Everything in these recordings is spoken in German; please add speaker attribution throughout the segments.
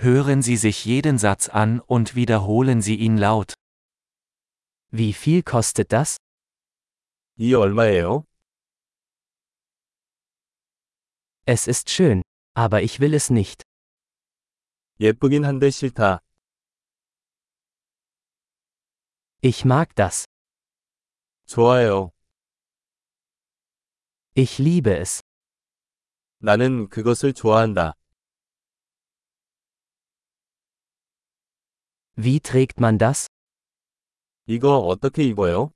Speaker 1: Hören Sie sich jeden Satz an und wiederholen Sie ihn laut. Wie viel kostet das?
Speaker 2: 이 얼마예요?
Speaker 1: Es ist schön, aber ich will es nicht.
Speaker 2: 예쁘긴 한데 싫다.
Speaker 1: Ich mag das.
Speaker 2: 좋아요.
Speaker 1: Ich liebe es.
Speaker 2: 나는 그것을 좋아한다.
Speaker 1: Wie trägt man das?
Speaker 2: 이거 어떻게 입어요?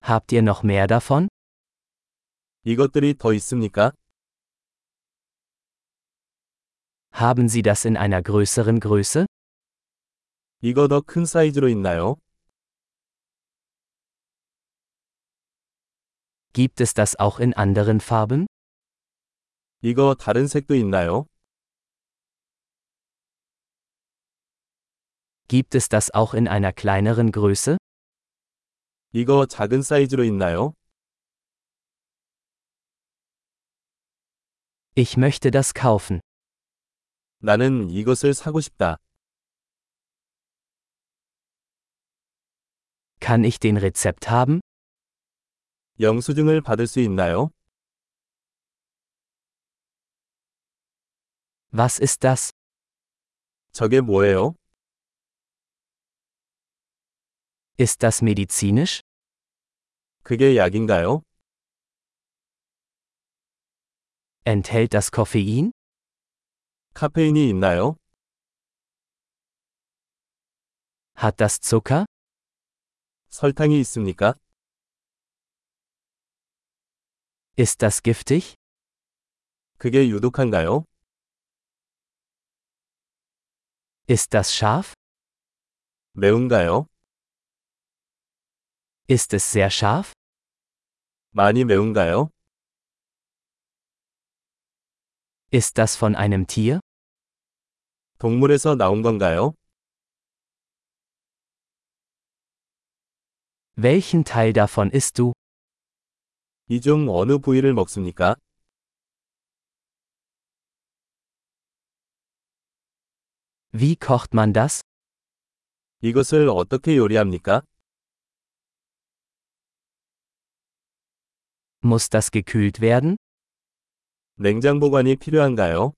Speaker 1: Habt ihr noch mehr davon?
Speaker 2: 이것들이 더 있습니까?
Speaker 1: Haben Sie das in einer größeren Größe?
Speaker 2: 이거 더 큰 사이즈로 있나요?
Speaker 1: Gibt es das auch in anderen Farben?
Speaker 2: 이거 다른 색도 있나요?
Speaker 1: Gibt es das auch in einer kleineren Größe?
Speaker 2: 이거 작은 사이즈로 있나요?
Speaker 1: Ich möchte das kaufen.
Speaker 2: 나는 이것을 사고 싶다.
Speaker 1: Kann ich den Rezept haben?
Speaker 2: 영수증을 받을 수 있나요?
Speaker 1: Was ist das?
Speaker 2: 저게 뭐예요?
Speaker 1: Ist das medizinisch?
Speaker 2: 그게 약인가요?
Speaker 1: Enthält das Koffein?
Speaker 2: 카페인이 있나요?
Speaker 1: Hat das Zucker?
Speaker 2: 설탕이 있습니까?
Speaker 1: Ist das giftig?
Speaker 2: 그게 유독한가요?
Speaker 1: Ist das scharf?
Speaker 2: 매운가요?
Speaker 1: Ist es sehr scharf?
Speaker 2: 많이 매운가요?
Speaker 1: Ist das von einem Tier?
Speaker 2: 동물에서 나온 건가요?
Speaker 1: Welchen Teil davon isst du?
Speaker 2: 이 중 어느 부위를 먹습니까?
Speaker 1: Wie kocht man das?
Speaker 2: 이것을 어떻게 요리합니까?
Speaker 1: Muss das gekühlt werden?
Speaker 2: 냉장 보관이 필요한가요?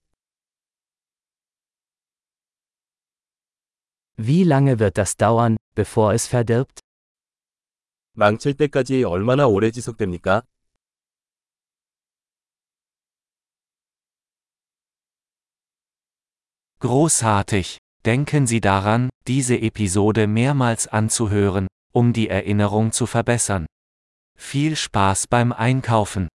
Speaker 1: Wie lange wird das dauern, bevor es verdirbt?
Speaker 2: 망칠 때까지 얼마나 오래 지속됩니까?
Speaker 1: Großartig! Denken Sie daran, diese Episode mehrmals anzuhören, um die Erinnerung zu verbessern. Viel Spaß beim Einkaufen!